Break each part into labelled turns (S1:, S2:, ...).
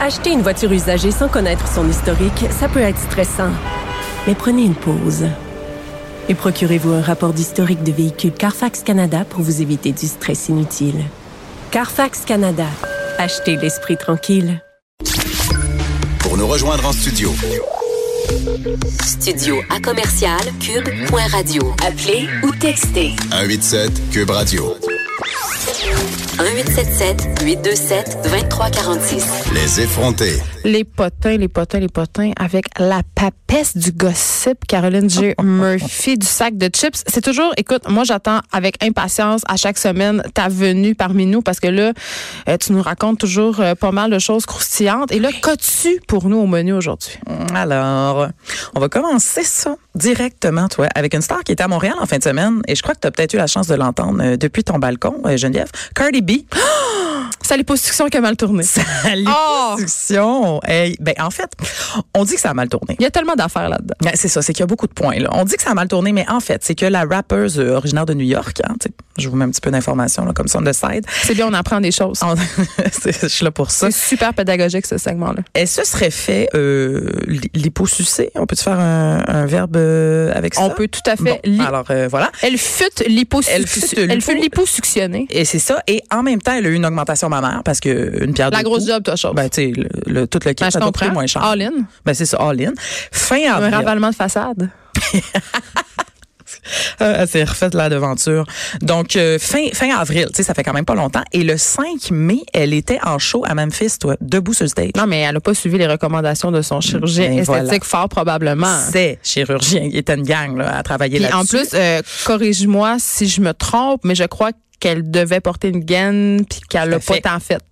S1: Acheter une voiture usagée sans connaître son historique, ça peut être stressant. Mais prenez une pause. Et procurez-vous un rapport d'historique de véhicule Carfax Canada pour vous éviter du stress inutile. Carfax Canada. Achetez l'esprit tranquille.
S2: Pour nous rejoindre en studio.
S3: Studio à commercial cube.radio. Appelez ou textez
S2: 187 Cube Radio.
S3: 1877 827 2346.
S2: Les effronter.
S4: Les potins, les potins, les potins avec la papesse du gossip, Caroline J.
S5: Oh,
S4: Murphy du sac de chips. C'est toujours, écoute, moi j'attends avec impatience à chaque semaine ta venue parmi nous parce que là, euh, tu nous racontes toujours euh, pas mal de choses croustillantes. Et là, qu'as-tu pour nous au menu aujourd'hui?
S5: Alors, on va commencer ça directement, toi, avec une star qui était à Montréal en fin de semaine. Et je crois que tu as peut-être eu la chance de l'entendre euh, depuis ton balcon, euh, Geneviève. Cardi B.
S4: Salut, Postuction qui a mal tourné.
S5: Salut,
S4: Oh!
S5: production. Hey, ben, en fait, on dit que ça a mal tourné.
S4: Il y a tellement d'affaires là-dedans.
S5: Ouais, c'est ça, c'est qu'il y a beaucoup de points. là. On dit que ça a mal tourné, mais en fait, c'est que la rappeuse euh, originaire de New York, hein, tu sais, je vous mets un petit peu d'informations là, comme ça on le side.
S4: C'est bien, on apprend des choses.
S5: On- c'est- je suis là pour Ah, ça.
S4: C'est super pédagogique ce segment-là.
S5: Elle se serait fait euh, li- liposucer. On peut-tu faire un, un verbe euh, avec ça?
S4: On peut tout à fait.
S5: Bon,
S4: li-
S5: alors euh, voilà.
S4: Elle fut liposuc-
S5: Elle fut
S4: elle fut
S5: lipo-
S4: liposuctionnée.
S5: Et c'est ça. Et en même temps, elle a eu une augmentation mammaire parce que une pierre
S4: La
S5: deux
S4: grosse
S5: coups.
S4: job, toi, chose.
S5: Ben, tu sais, le, le- tout le kit,
S4: Ben, je
S5: ça doit coûter
S4: comprends.
S5: moins cher.
S4: All in.
S5: Ben, c'est ça, all-in. Fin
S4: Un
S5: avril,
S4: ravalement de façade.
S5: euh, elle s'est refaite la devanture. Donc, euh, fin, fin avril, tu sais, ça fait quand même pas longtemps. Et le 5 mai, elle était en show à Memphis, toi, debout sur le stage.
S4: Non, mais elle n'a pas suivi les recommandations de son chirurgien
S5: Ben,
S4: esthétique,
S5: voilà.
S4: fort probablement.
S5: C'est chirurgien, il était une gang là, à travailler
S4: Puis
S5: là-dessus.
S4: en plus, euh, corrige-moi si je me trompe, mais je crois qu'elle devait porter une gaine puis qu'elle l'a
S5: Tout à
S4: pas
S5: fait.
S4: tant fait.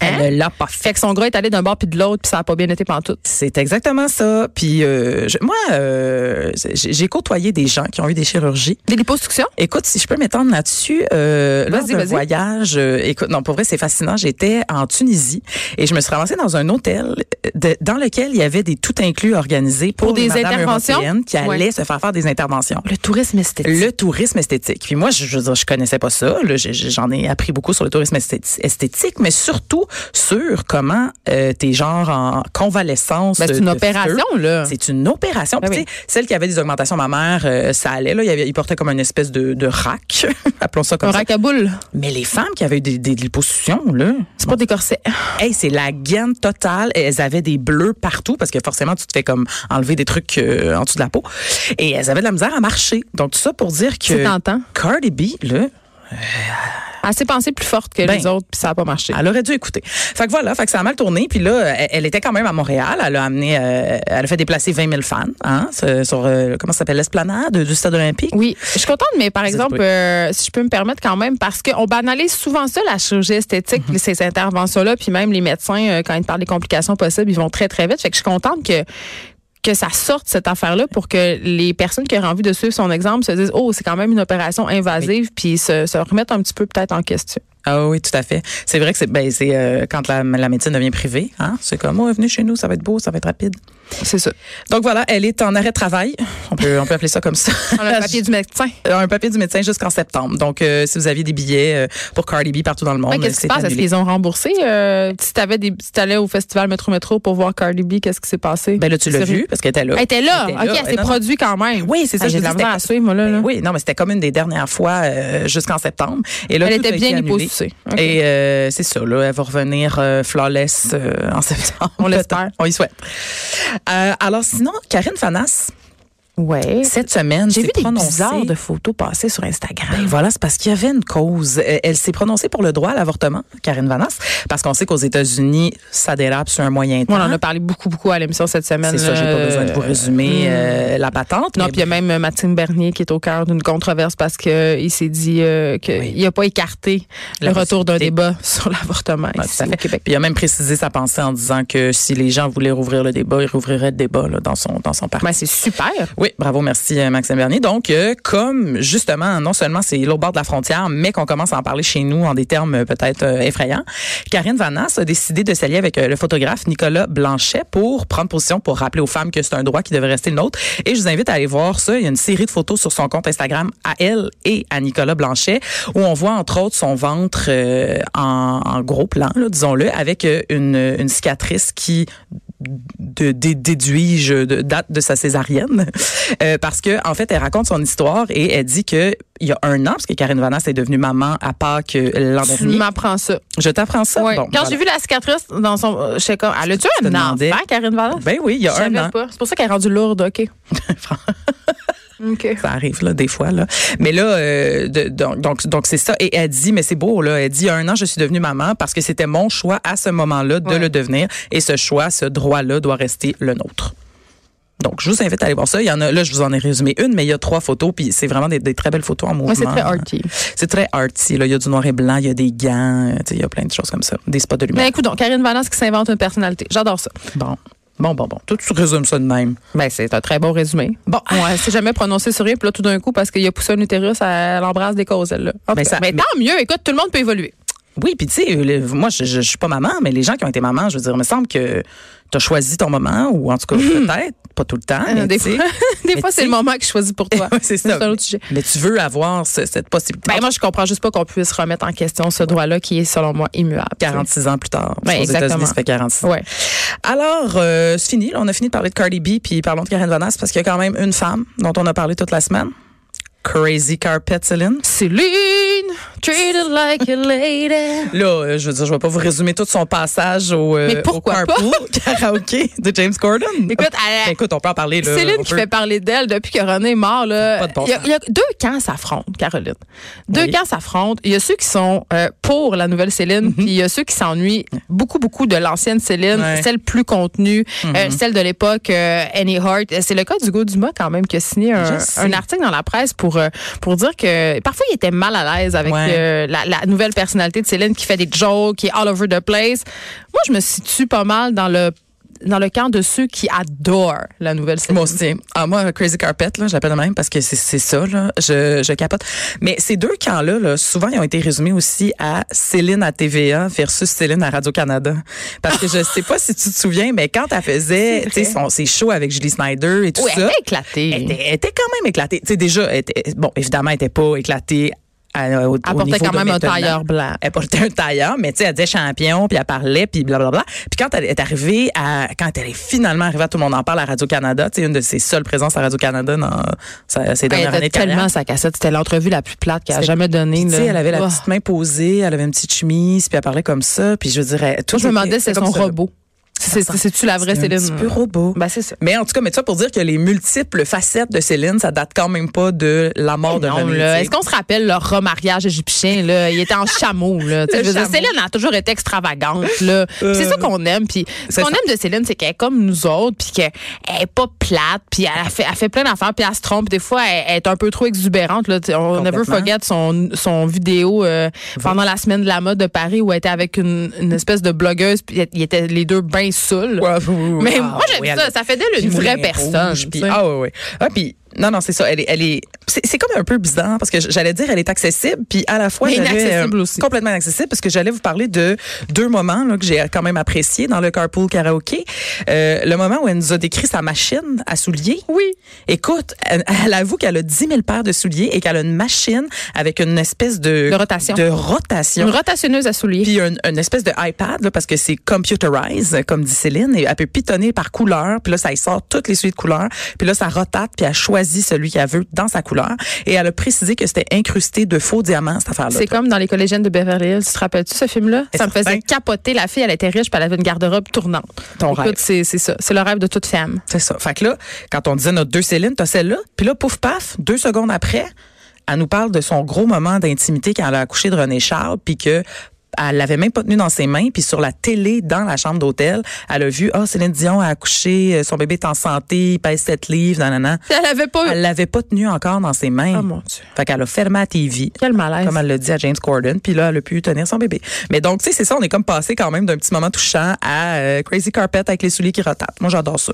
S4: Hein?
S5: elle l'a pas
S4: Fait
S5: fait.
S4: que son gars est allé d'un bord puis de l'autre puis ça a pas bien été pantoute.
S5: C'est exactement ça. Puis euh, je- moi, euh, j'ai j'ai côtoyé des gens qui ont eu des chirurgies.
S4: Des liposuctions?
S5: Écoute, si je peux m'étendre là-dessus, euh, lors
S4: Vas-y,
S5: d'un
S4: vas-y.
S5: voyage, euh, écoute, non, pour vrai, c'est fascinant. J'étais en Tunisie et je me suis ramassée dans un hôtel euh, de- dans lequel il y avait des tout inclus organisés pour,
S4: Pour
S5: les
S4: des
S5: madames
S4: interventions?
S5: européennes qui allaient
S4: Ouais.
S5: se faire faire des interventions.
S4: Le tourisme esthétique.
S5: Le tourisme esthétique. Puis moi, je, je, veux dire, je connaissais pas ça. là. J'ai- j'ai- J'en ai appris beaucoup sur le tourisme esthé- esthétique, mais surtout sur comment euh, t'es genre en convalescence.
S4: Ben, c'est une
S5: de
S4: opération,
S5: feu.
S4: là.
S5: C'est une opération.
S4: Ben
S5: Puis,
S4: oui.
S5: tu sais, Celle qui avait des augmentations mammaires, euh, ça allait. Là. Il, y avait, il portait comme une espèce de, de rack. Appelons ça comme
S4: Un
S5: ça.
S4: rack à boules.
S5: Mais les femmes qui avaient eu des, des liposuctions, là.
S4: C'est pas des corsets.
S5: Hey, c'est la gaine totale. Elles avaient des bleus partout parce que forcément, tu te fais comme enlever des trucs euh, en dessous de la peau. Et elles avaient de la misère à marcher. Donc, tout ça pour dire que.
S4: C'est tentant.
S5: Cardi B, là,
S4: Elle s'est pensée plus forte que
S5: Ben.
S4: les autres puis ça a pas marché.
S5: elle aurait dû écouter. Fait que voilà, fait que ça a mal tourné. Puis là, elle, elle était quand même à Montréal. Elle a amené, euh, elle a fait déplacer 20 000 fans hein, sur, sur, euh, comment ça s'appelle, l'esplanade du stade olympique.
S4: Oui, je suis contente, mais par
S5: Vas-y,
S4: exemple,
S5: oui.
S4: euh, si je peux me permettre quand même, parce qu'on banalise souvent ça, la chirurgie esthétique, puis ces interventions-là, puis même les médecins, euh, quand ils parlent des complications possibles, ils vont très, très vite. Fait que je suis contente que que ça sorte cette affaire-là pour que les personnes qui auraient envie de suivre son exemple se disent oh c'est quand même une opération invasive puis se, se remettent un petit peu peut-être en question.
S5: Ah oui, tout à fait. C'est vrai que c'est ben, c'est, euh, quand la, la médecine devient privée. Hein, c'est comme, oh, venez chez nous, ça va être beau, ça va être rapide.
S4: C'est ça.
S5: Donc voilà, elle est en arrêt de travail. On peut, on peut appeler ça comme ça.
S4: On a le papier du médecin.
S5: Un papier du médecin jusqu'en septembre. Donc, euh, si vous aviez des billets euh, pour Cardi B partout dans le monde,
S4: Ouais, qu'est-ce qui
S5: c'est
S4: se passe Est-ce
S5: annulé.
S4: qu'ils ont remboursé euh, Si t'avais des, si t'allais au festival Metro Metro pour voir Cardi B, qu'est-ce qui s'est passé
S5: Ben là, tu l'as
S4: Sérieux?
S5: vu parce qu'elle était là.
S4: Elle était là.
S5: Elle était
S4: OK,
S5: là.
S4: elle s'est
S5: Non, non.
S4: produite quand même.
S5: Oui, c'est ça.
S4: Ah,
S5: je
S4: J'ai
S5: te
S4: de la
S5: dis,
S4: misère à
S5: c'était-
S4: suivre, moi, là. là.
S5: Ben Oui, non, mais c'était comme une des dernières fois euh, jusqu'en septembre. Et là,
S4: Elle
S5: tout
S4: était
S5: a été
S4: bien
S5: annulé.
S4: liposucée. OK.
S5: Et euh, c'est ça, là, elle va revenir euh, flawless euh, en septembre.
S4: On l'espère.
S5: On y souhaite. Euh, alors sinon, Karine Fanas,
S4: Ouais.
S5: cette semaine,
S4: J'ai vu
S5: s'est
S4: des
S5: prononcée-
S4: bizarres de photos passer sur Instagram.
S5: Ben voilà, c'est parce qu'il y avait une cause. Euh, Elle s'est prononcée pour le droit à l'avortement, Karine Vanas, parce qu'on sait qu'aux États-Unis, ça dérape sur un moyen temps.
S4: Moi, on en a parlé beaucoup, beaucoup à l'émission cette semaine.
S5: c'est ça, j'ai pas
S4: là.
S5: besoin de vous résumer euh, la patente.
S4: hmm. Non,
S5: mais
S4: puis il y a même euh, Mathilde Bernier qui est au cœur d'une controverse parce que il s'est dit euh, qu'il n'a pas écarté
S5: La
S4: le retour d'un
S5: possibilité.
S4: débat sur l'avortement
S5: Ouais,
S4: ici
S5: tout à
S4: au
S5: fait.
S4: Québec.
S5: Puis il a même précisé sa pensée en disant que si les gens voulaient rouvrir le débat, ils rouvriraient le débat là, dans son dans son parti.
S4: Ben, c'est super.
S5: Oui, Oui, bravo, merci euh, Maxime Bernier. Donc, euh, comme justement, non seulement c'est l'autre bord de la frontière, mais qu'on commence à en parler chez nous en des termes euh, peut-être euh, effrayants, Karine Vanas a décidé de s'allier avec euh, le photographe Nicolas Blanchet pour prendre position pour rappeler aux femmes que c'est un droit qui devrait rester le nôtre. Et je vous invite à aller voir ça. Il y a une série de photos sur son compte Instagram à elle et à Nicolas Blanchet où on voit entre autres son ventre euh, en, en gros plan, là, disons-le, avec euh, une, une cicatrice qui de, dé- déduis-je de date de sa césarienne Euh, parce que en fait elle raconte son histoire et elle dit que il y a un an parce que Karine Vanas est devenue maman à Pâques euh, l'an
S4: Tu
S5: dernier.
S4: m'apprends ça.
S5: Je t'apprends ça.
S4: Ouais.
S5: Bon,
S4: Quand
S5: voilà.
S4: j'ai vu la cicatrice dans son. euh, J'étais comme, elle a-tu
S5: te
S4: un
S5: demandais.
S4: enfant, Karine Valence?
S5: ben oui, il y a un an.
S4: C'est pour ça qu'elle est rendue lourde, OK. OK.
S5: Ça arrive là des fois là. Mais là euh, de- donc donc donc c'est ça et elle dit mais c'est beau là, elle dit il y a un an je suis devenue maman parce que c'était mon choix à ce moment-là de
S4: Ouais.
S5: le devenir et ce choix, ce droit-là doit rester le nôtre. Donc je vous invite à aller voir ça, il y en a là je vous en ai résumé une mais il y a trois photos puis c'est vraiment des, des très belles photos en mouvement.
S4: Moi, c'est très arty.
S5: C'est très arty là, il y a du noir et blanc, il y a des gants, euh, tu sais, il y a plein de choses comme ça, des spots de lumière.
S4: Mais écoute donc, Karine Valence qui s'invente une personnalité. J'adore ça.
S5: Bon. Bon bon bon, tout tu résumes ça de même.
S4: Ben, c'est un très bon résumé. Bon, ouais, c'est jamais prononcé sur rien, puis là, tout d'un coup, parce qu'il a poussé un utérus, elle embrasse des causes, elle, là. En tout
S5: Ben,
S4: cas,
S5: ça-
S4: ben, tant mieux, écoute, tout le monde peut évoluer.
S5: Oui, puis tu sais, euh, le- moi, je, je, je suis pas maman, mais les gens qui ont été maman, je veux dire, il me semble que tu as choisi ton moment, ou en tout cas, peut-être, pas tout le temps, Ah, mais
S4: Hmm. Euh, des
S5: tu sais.
S4: fois, des
S5: mais
S4: fois c'est
S5: tu sais-
S4: le moment que je choisis pour toi.
S5: Ouais, c'est ça.
S4: un autre sujet.
S5: Mais tu veux avoir ce- cette possibilité.
S4: Ben, moi, je comprends juste pas qu'on puisse remettre en question ce droit-là qui est, selon moi, immuable.
S5: 46 ans plus tard.
S4: Ben,
S5: aux
S4: exactement.
S5: États-Unis, ça fait 46 ans.
S4: Ouais.
S5: Alors, euh, c'est fini. là. On a fini de parler de Cardi B, puis parlons de Karen Vanas, parce qu'il y a quand même une femme dont on a parlé toute la semaine. Crazy Carpet Céline.
S4: Céline, treated like a lady.
S5: Là, euh, je veux dire, je vais pas vous résumer tout son passage au, euh,
S4: Mais pourquoi
S5: au carpool karaoké de James Corden.
S4: Écoute,
S5: Ben,
S4: elle-
S5: écoute, on peut en parler. Là,
S4: Euh, Céline
S5: On
S4: qui
S5: peut-
S4: fait parler d'elle depuis que René est mort. Là.
S5: Pas de bon
S4: il, y a, il y a deux camps s'affrontent, Caroline. Deux
S5: Oui.
S4: camps s'affrontent. Il y a ceux qui sont euh, pour la nouvelle Céline,
S5: Mhm.
S4: puis il y a ceux qui s'ennuient beaucoup, beaucoup de l'ancienne Céline,
S5: Ouais. Mhm.
S4: celle plus contenue, euh, celle de l'époque euh, Annie Hart. C'est le cas d'Hugo Dumas quand même qui a signé un,
S5: Je sais.
S4: un article dans la presse pour, euh, pour dire que parfois il était mal à l'aise avec
S5: Ouais.
S4: euh, la, la nouvelle personnalité de Céline qui fait des jokes, qui est all over the place. Moi, je me situe pas mal dans le dans le camp de ceux qui adorent la nouvelle Céline.
S5: Moi aussi. Ah, moi, Crazy Carpet, là, je l'appelle de même parce que c'est c'est ça, là. Je, je capote. Mais ces deux camps-là, là, souvent, ils ont été résumés aussi à Céline à TVA versus Céline à Radio-Canada. Parce que je sais pas si tu te souviens, mais quand elle faisait
S4: C'est vrai.
S5: tu sais, son- ses shows avec Julie Snyder et tout
S4: Oui,
S5: ça.
S4: elle est éclatée.
S5: Elle était, elle était quand même éclatée. Tu sais, déjà, elle était- bon, évidemment, elle était pas éclatée. à- au, au
S4: Elle portait
S5: niveau
S4: quand
S5: de
S4: même un
S5: maintenant.
S4: tailleur blanc.
S5: Elle portait un tailleur, mais tu sais, elle disait champion, puis elle parlait, puis blablabla. Puis quand elle est arrivée à, quand elle est finalement arrivée à Tout le monde en parle à Radio-Canada, tu sais, une de ses seules présences à Radio-Canada dans sa- ses
S4: Ben, Elle
S5: dernières années
S4: était
S5: de carrière.
S4: tellement sa cassette. C'était l'entrevue la plus plate qu'elle a
S5: C'était-
S4: jamais donnée.
S5: Puis, tu sais,
S4: là.
S5: elle avait la
S4: Oh.
S5: petite main posée, elle avait une petite chemise, puis elle parlait comme ça, puis je dirais,
S4: Moi, je me demandais si
S5: c'est
S4: c'est son robot. C'est- c'est- C'est-tu la vraie Céline?
S5: Un petit peu robot.
S4: Ben, c'est ça.
S5: Mais en tout cas, mais ça pour dire que les multiples facettes de Céline, ça date quand même pas de la mort de
S4: Non,
S5: René,
S4: là,
S5: tu sais.
S4: est-ce qu'on se rappelle leur remariage égyptien? Là? Il était en chameau. Là, Tu sais, je
S5: Le
S4: veux dire,
S5: chameau. Euh,
S4: Céline a toujours été extravagante. Là. Puis C'est ça qu'on aime. Puis ce
S5: c'est
S4: qu'on
S5: ça.
S4: aime de Céline, c'est qu'elle est comme nous autres, puis qu'elle est pas plate, puis elle a fait, elle fait plein d'affaires, puis elle se trompe. Des fois, elle, elle est un peu trop exubérante. Là. Tu sais, On never
S5: Complètement.
S4: forget son, son vidéo euh, pendant la semaine de la mode de Paris où elle était avec une, une espèce de blogueuse, puis ils étaient les deux bien saouls.
S5: Ouais, ouais, ouais, ouais.
S4: Mais
S5: Ah,
S4: moi, j'aime
S5: oui, elle
S4: ça.
S5: a-
S4: Ça fait d'elle une
S5: Puis
S4: vraie
S5: Moulin
S4: personne.
S5: Rouge, puis-
S4: tu sais.
S5: ah oui, oui. Ah, puis, non, non, c'est ça. Elle est, elle est, c'est c'est comme un peu bizarre parce que j- j'allais dire elle est accessible, puis à la fois
S4: Mais
S5: j'allais,
S4: inaccessible aussi.
S5: complètement inaccessible parce que j'allais vous parler de deux moments là, que j'ai quand même appréciés dans le carpool karaoké. Euh, le moment où elle nous a décrit sa machine à souliers.
S4: Oui.
S5: Écoute, elle, elle avoue qu'elle a 10 000 paires de souliers et qu'elle a une machine avec une espèce de
S4: De rotation.
S5: de rotation.
S4: Une rotationneuse à souliers.
S5: Puis une, une espèce de iPad, là, parce que c'est computerized, comme dit Céline, et elle peut pitonner par couleur, puis là, ça y sort toutes les suites de couleurs, puis là, ça rotate, puis elle choisit celui qu'elle veut dans sa couleur. Et elle a précisé que c'était incrusté de faux diamants, cette affaire-là.
S4: C'est comme dans les collégiennes de Beverly Hills. Tu te rappelles-tu ce film-là?
S5: Et
S4: Ça me faisait
S5: certain.
S4: capoter. La fille, elle était riche, puis elle avait une garde-robe tournante.
S5: Ton
S4: Écoute,
S5: rêve.
S4: C'est, c'est ça. C'est le rêve de toute femme.
S5: C'est ça. Fait que là, quand on disait notre deux Céline, t'as celle-là, puis là, pouf, paf, deux secondes après, elle nous parle de son gros moment d'intimité quand elle a accouché de René Charles, puis que elle l'avait même pas tenu dans ses mains, puis sur la télé, dans la chambre d'hôtel, elle a vu, oh, Céline Dion a accouché, euh, son bébé est en santé, il pèse 7 livres, nanana.
S4: Elle avait pas.
S5: Elle l'avait pas tenu encore dans ses mains.
S4: Oh mon Dieu.
S5: Fait qu'elle a fermé la TV.
S4: Quel malaise.
S5: Comme elle l'a dit à James Corden, puis là, elle a pu tenir son bébé. Mais donc, tu sais, c'est ça, on est comme passé quand même d'un petit moment touchant à euh, Crazy Carpet avec les souliers qui rotatent. Moi, j'adore ça.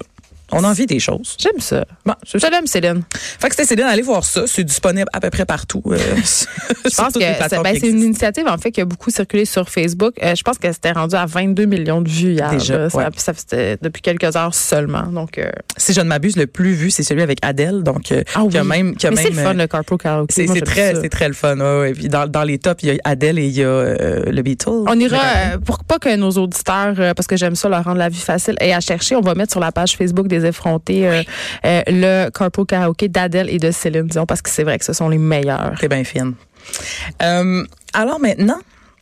S5: On a envie des choses.
S4: J'aime ça.
S5: Bon, je,
S4: Je l'aime, Céline.
S5: fait que c'était Céline, allez voir ça. C'est disponible à peu près partout. euh, sur
S4: Je pense que
S5: toutes les
S4: c'est
S5: plateformes
S4: ben,
S5: qui
S4: c'est une
S5: existent.
S4: initiative, en fait, qui a beaucoup circulé sur Facebook. Euh, je pense que c'était rendu à 22 millions de vues hier.
S5: Déjà,
S4: là. Ça-
S5: ouais.
S4: ça- c'était depuis quelques heures seulement. Donc, euh,
S5: Si je ne m'abuse, le plus vu, c'est celui avec Adèle. Donc, euh,
S4: ah
S5: qui a
S4: oui.
S5: même. qui a
S4: Mais c'est
S5: même,
S4: le
S5: euh,
S4: fun, le carpool karaoke.
S5: C'est
S4: Moi, j'aime
S5: c'est très,
S4: ça.
S5: c'est très le fun. ouais, ouais. Puis dans, dans les tops, il y a Adèle et il y a euh, le Beatles.
S4: On ira, euh, pour pas que nos auditeurs, euh, parce que j'aime ça, leur rendre la vie facile, et à chercher, on va mettre sur la page Facebook des effrontés euh, euh, le carpool karaoke d'Adèle et de Céline Dion, parce que c'est vrai que ce sont les meilleurs.
S5: T'es bien fine. Euh, alors maintenant,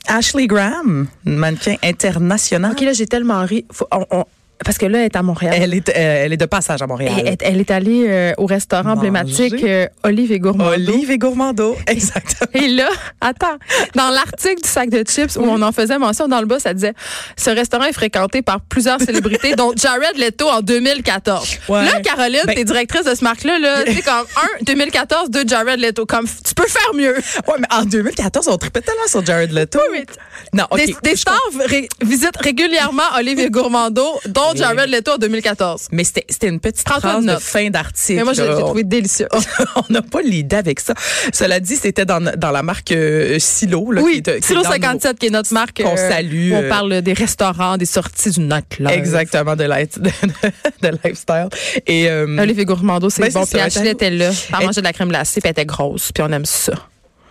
S5: Ashley Graham, mannequin international.
S4: OK, là, j'ai tellement ri. Faut- on- on- parce que là, elle est à Montréal.
S5: Elle, est, euh, elle est de passage à Montréal.
S4: Elle, elle- elle est allée euh, au restaurant
S5: Manger.
S4: emblématique euh, Olive et Gourmand.
S5: Olive et Gourmando. Exactement.
S4: Et là, attends, dans l'article du sac de chips où on en faisait mention dans le bas, ça disait ce restaurant est fréquenté par plusieurs célébrités, dont Jared Leto en 2014.
S5: Ouais.
S4: Là, Caroline,
S5: Ben-
S4: t'es directrice de ce marque-là, là, tu sais, comme un, 2014, deux, Jared Leto. Comme, tu peux faire mieux.
S5: Ouais, mais en 2014, on tripait tellement sur Jared Leto.
S4: mais-
S5: Non, ok.
S4: Des, des
S5: je
S4: stars ré- visitent régulièrement Olivier Gourmando, dont Jared Leto en 2014.
S5: Mais c'était c'était une petite
S4: Prends-toi
S5: phrase
S4: une
S5: de
S4: note.
S5: fin d'article.
S4: Mais moi, je l'ai
S5: là.
S4: je l'ai
S5: On-
S4: trouvé délicieux.
S5: on n'a pas l'idée avec ça. Cela dit, c'était dans, dans la marque euh, Silo. Là,
S4: Oui,
S5: qui est- qui est
S4: Silo
S5: dans nos-
S4: 57, qui est notre marque.
S5: qu'on salue,
S4: où
S5: euh,
S4: on parle des restaurants, des sorties du nightlife.
S5: Exactement, de, light- de, de- de lifestyle. Et, euh,
S4: Olivier Gourmando, c'est
S5: Ben,
S4: bon.
S5: c'est
S4: Puis
S5: ça,
S4: Ashley
S5: elle-
S4: était là. Elle
S5: elle-
S4: mangeait de la crème glacée, puis elle était grosse. Puis on aime ça.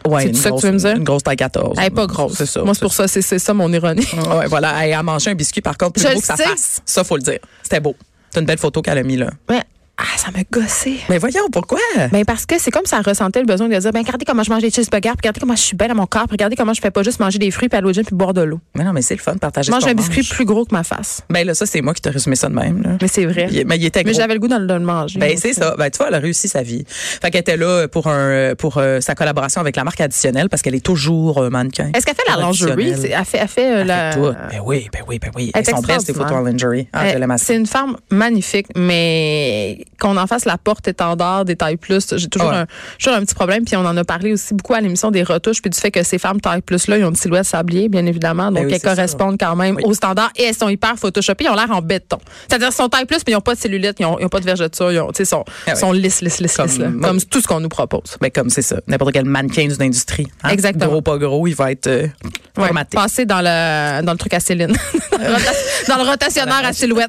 S5: ouais,
S4: c'est
S5: une
S4: ça que
S5: grosse-
S4: tu veux me dire?
S5: Une grosse taille 14.
S4: Elle est pas grosse.
S5: C'est ça. Mm.
S4: Moi, c'est pour ça, c'est c'est ça mon ironie.
S5: Ouais, voilà. Elle a mangé un biscuit, par contre, plus
S4: Je
S5: beau
S4: le
S5: que sa
S4: sais.
S5: face. Ça, faut le dire. C'était beau. C'est une belle photo qu'elle a mis, là.
S4: Mais, ah, ça m'a gossé.
S5: Mais voyons, pourquoi?
S4: Ben parce que c'est comme ça ressentait le besoin de dire ben regardez comment je mange des cheeseburgers, puis regardez comment je suis belle à mon corps, puis regardez comment je fais pas juste manger des fruits, puis aller au gym, puis boire de l'eau.
S5: Mais non, mais c'est le fun de partager
S4: Je mange
S5: ce qu'on
S4: un biscuit plus gros que ma face.
S5: Ben là, ça, c'est moi qui t'ai résumé ça de même, là.
S4: Mais c'est vrai.
S5: Il- mais il était
S4: Mais
S5: gros.
S4: j'avais le goût de le de le manger.
S5: Ben
S4: Donc,
S5: c'est ça. Ben tu vois, elle a réussi sa vie. Fait qu'elle était là pour un pour euh, sa collaboration avec la marque additionnelle parce qu'elle est toujours euh, mannequin.
S4: Est-ce qu'elle fait la lingerie?
S5: Additionnelle.
S4: C'est- Elle fait, elle fait, euh,
S5: Elle
S4: la.
S5: fait tout. Ben oui, ben oui, ben oui.
S4: Elle
S5: Elles
S4: est
S5: sont belles ces photos en lingerie. Ah,
S4: Elle-
S5: je l'aime assez.
S4: Euh, c'est une femme magnifique, mais qu'on en fasse la porte étendard des tailles plus, j'ai toujours,
S5: Ouais.
S4: un, toujours un petit problème. Puis on en a parlé aussi beaucoup à l'émission des retouches, puis du fait que ces femmes tailles plus là, ils ont une silhouette sablier, bien évidemment, donc
S5: Ben oui,
S4: elles
S5: c'est ça.
S4: correspondent quand même
S5: Oui.
S4: aux standards et elles sont hyper photoshopées, ils ont l'air en béton. C'est-à-dire, ils sont taille plus, mais ils n'ont pas de cellulite, ils n'ont pas de vergeture, ils ont, tu sais, ils sont,
S5: Ah ouais.
S4: sont lisses, lisses, lisses,
S5: Comme-
S4: lisses, là,
S5: moi-
S4: comme tout ce qu'on nous propose.
S5: Ben comme c'est ça. N'importe quel mannequin d'une industrie. hein.
S4: Exactement.
S5: Gros pas gros, il va être euh,
S4: Ouais,
S5: formaté.
S4: passer dans le, dans le truc à Céline, dans le rota- dans le rotationnaire à silhouette.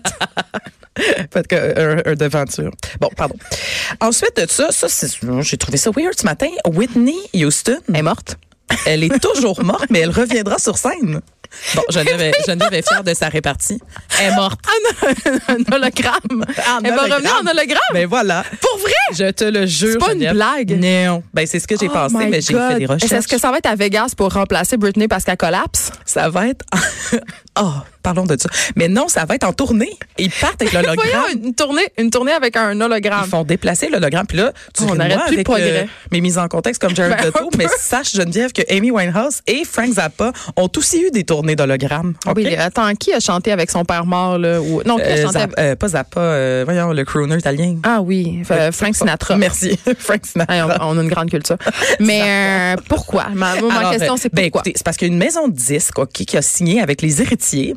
S5: Fait que, euh, un, un devanture. Bon, pardon. Ensuite de ça, ça c'est- j'ai trouvé ça weird ce matin. Whitney Houston.
S4: Elle est morte.
S5: Elle est toujours morte, mais elle reviendra sur scène. Bon, Geneviève est- Geneviève est fière de sa répartie. Elle est morte. Ah,
S4: un, un hologramme.
S5: En
S4: Elle va
S5: hologramme.
S4: revenir en hologramme.
S5: Ben voilà.
S4: Pour vrai?
S5: Je te le jure.
S4: C'est pas une
S5: Geneviève.
S4: blague.
S5: Non. Ben c'est ce que j'ai
S4: Oh
S5: pensé,
S4: my
S5: mais j'ai
S4: God.
S5: fait des recherches.
S4: Est-ce que ça va être à Vegas pour remplacer Britney parce qu'elle collapse?
S5: Ça va être. oh, parlons de ça. Mais non, ça va être en tournée. Ils partent avec l'hologramme.
S4: Voyons, une tournée, une tournée avec un hologramme.
S5: Ils font déplacer l'hologramme. Puis là, tu
S4: On
S5: ris de
S4: n'arrête
S5: moi
S4: plus le
S5: avec, euh,
S4: progrès.
S5: mes mises en contexte comme Jared
S4: Ben,
S5: Leto,
S4: un peu.
S5: mais sache, Geneviève, que Amy Winehouse et Frank Zappa ont aussi eu des tournées d'hologrammes.
S4: Ah Oui,
S5: OK?
S4: attends, qui a chanté avec son père mort? Là, ou... Non, qui a
S5: Euh,
S4: chanté avec...
S5: Zappa- euh, pas Zappa, euh, voyons, le crooner italien.
S4: Ah oui, euh, Frank Sinatra.
S5: Merci, Frank Sinatra.
S4: Hey, on, on a une grande culture. Mais euh, pourquoi? Ma, moi, ma
S5: Alors,
S4: question,
S5: euh,
S4: c'est
S5: ben,
S4: pourquoi?
S5: écoutez, c'est parce qu'il y a une maison de disques OK, qui a signé avec les héritiers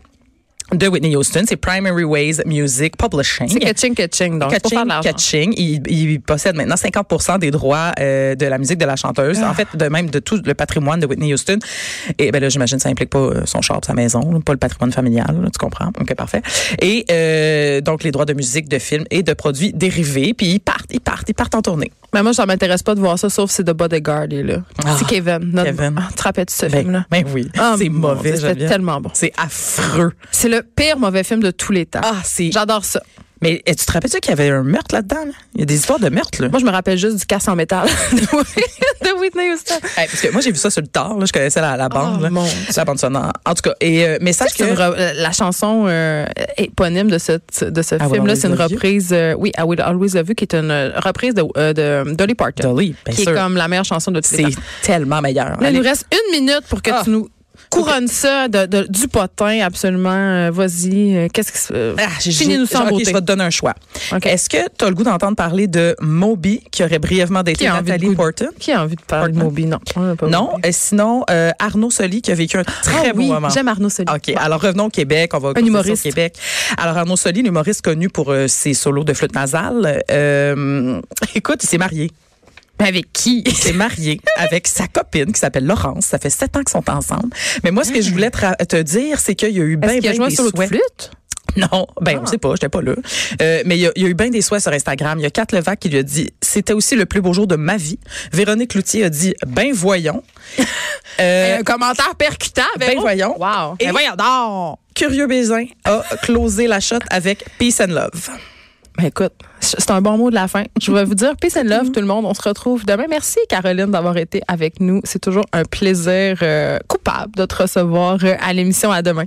S5: de Whitney Houston. C'est Primary Ways Music Publishing.
S4: c'est catching, catching. Donc, c'est pour faire de
S5: Catching,
S4: l'argent.
S5: catching, il, il possède maintenant 50 des droits euh, de la musique de la chanteuse. En fait, de même de tout le patrimoine de Whitney Houston. Et ben là, j'imagine que ça implique pas euh, son char, sa maison, là, pas le patrimoine familial, là, tu comprends Ok, parfait. Et euh, donc les droits de musique, de films et de produits dérivés. Puis ils partent, ils partent, ils partent en tournée.
S4: Mais moi, ça m'intéresse pas de voir ça, sauf si c'est de Bodyguard. il est là.
S5: Ah,
S4: c'est Kevin. Notre...
S5: Kevin.
S4: Ah, tu te rappelles de ce
S5: Ben,
S4: film-là?
S5: ben oui,
S4: Ah,
S5: c'est
S4: mon
S5: mauvais.
S4: Dieu, C'était
S5: Geneviève.
S4: tellement bon.
S5: C'est affreux.
S4: C'est le pire mauvais film de tous les temps.
S5: Ah, c'est.
S4: J'adore ça.
S5: Mais eh, tu te rappelles-tu qu'il y avait un meurtre là-dedans? là? Il y a des histoires de meurtre, là.
S4: Moi, je me rappelle juste du casse en métal de Whitney Houston.
S5: Eh, parce que moi, j'ai vu ça sur le tard. Là. Je connaissais la, la bande.
S4: Oh,
S5: là.
S4: mon
S5: La bande sonore. En tout cas, et, euh, mais sache
S4: C'est une
S5: que.
S4: re- la- la chanson euh, éponyme de ce, de ce
S5: I Will
S4: film-là,
S5: Always
S4: c'est une
S5: Love You.
S4: reprise, euh, oui, I Will Always Love You, qui est une euh, reprise de, euh, de Dolly Parton,
S5: Dolly, bien
S4: qui
S5: sûr.
S4: est comme la meilleure chanson de tous les
S5: C'est
S4: temps.
S5: tellement meilleur.
S4: Là, il
S5: Allez.
S4: nous reste une minute pour que
S5: Ah.
S4: tu nous couronne ça de- de- du potin, absolument. Euh, Vas-y, euh, qu'est-ce que c'est? euh,
S5: Ah, j'ai- j'ai-
S4: Finis-nous sans
S5: ok,
S4: beauté.
S5: je vais te donner un choix.
S4: Ok.
S5: Est-ce que tu as le goût d'entendre parler de Moby, qui aurait brièvement daté
S4: Qui a envie de
S5: Nathalie
S4: goût-
S5: Porton?
S4: Qui a envie de parler de
S5: Portman?
S4: Moby? Non. on n'a pas
S5: Non.
S4: Moby.
S5: Euh, sinon, euh, Arnaud Soli, qui a vécu un très
S4: Ah
S5: beau
S4: oui,
S5: moment.
S4: J'aime Arnaud Soli.
S5: OK. ah, Alors, revenons au Québec. On va commencer
S4: humoriste.
S5: au Québec. Alors, Arnaud Soli, l'humoriste connu pour euh, ses solos de flûte nasale, euh, écoute, il s'est marié.
S4: Mais avec qui?
S5: Il s'est marié avec sa copine qui s'appelle Laurence. Ça fait sept ans qu'ils sont ensemble. Mais moi, ce que je voulais te, ra- te dire, c'est qu'il y a eu bien,
S4: Hmm. Est-ce qu'il a
S5: bien
S4: joué
S5: ben, des
S4: sur l'autre
S5: souhaits.
S4: flûte?
S5: Non, ben on
S4: Ah.
S5: sait pas, j'étais pas là. Euh, mais il y, a- il y a eu bien des souhaits sur Instagram. Il y a Kat Levac qui lui a dit c'était aussi le plus beau jour de ma vie. Véronique Loutier a dit ben voyons. Euh,
S4: Un commentaire percutant.
S5: ben
S4: oh,
S5: voyons.
S4: Wow.
S5: Et-
S4: Ben voyons donc.
S5: Curieux Bézin a closé la shot avec Peace and Love.
S4: Ben écoute, c'est un bon mot de la fin. Je vais vous dire peace and
S5: Mm-hmm.
S4: love tout le monde. On se retrouve demain. Merci Caroline d'avoir été avec nous. C'est toujours un plaisir euh, coupable de te recevoir euh, à l'émission. À demain.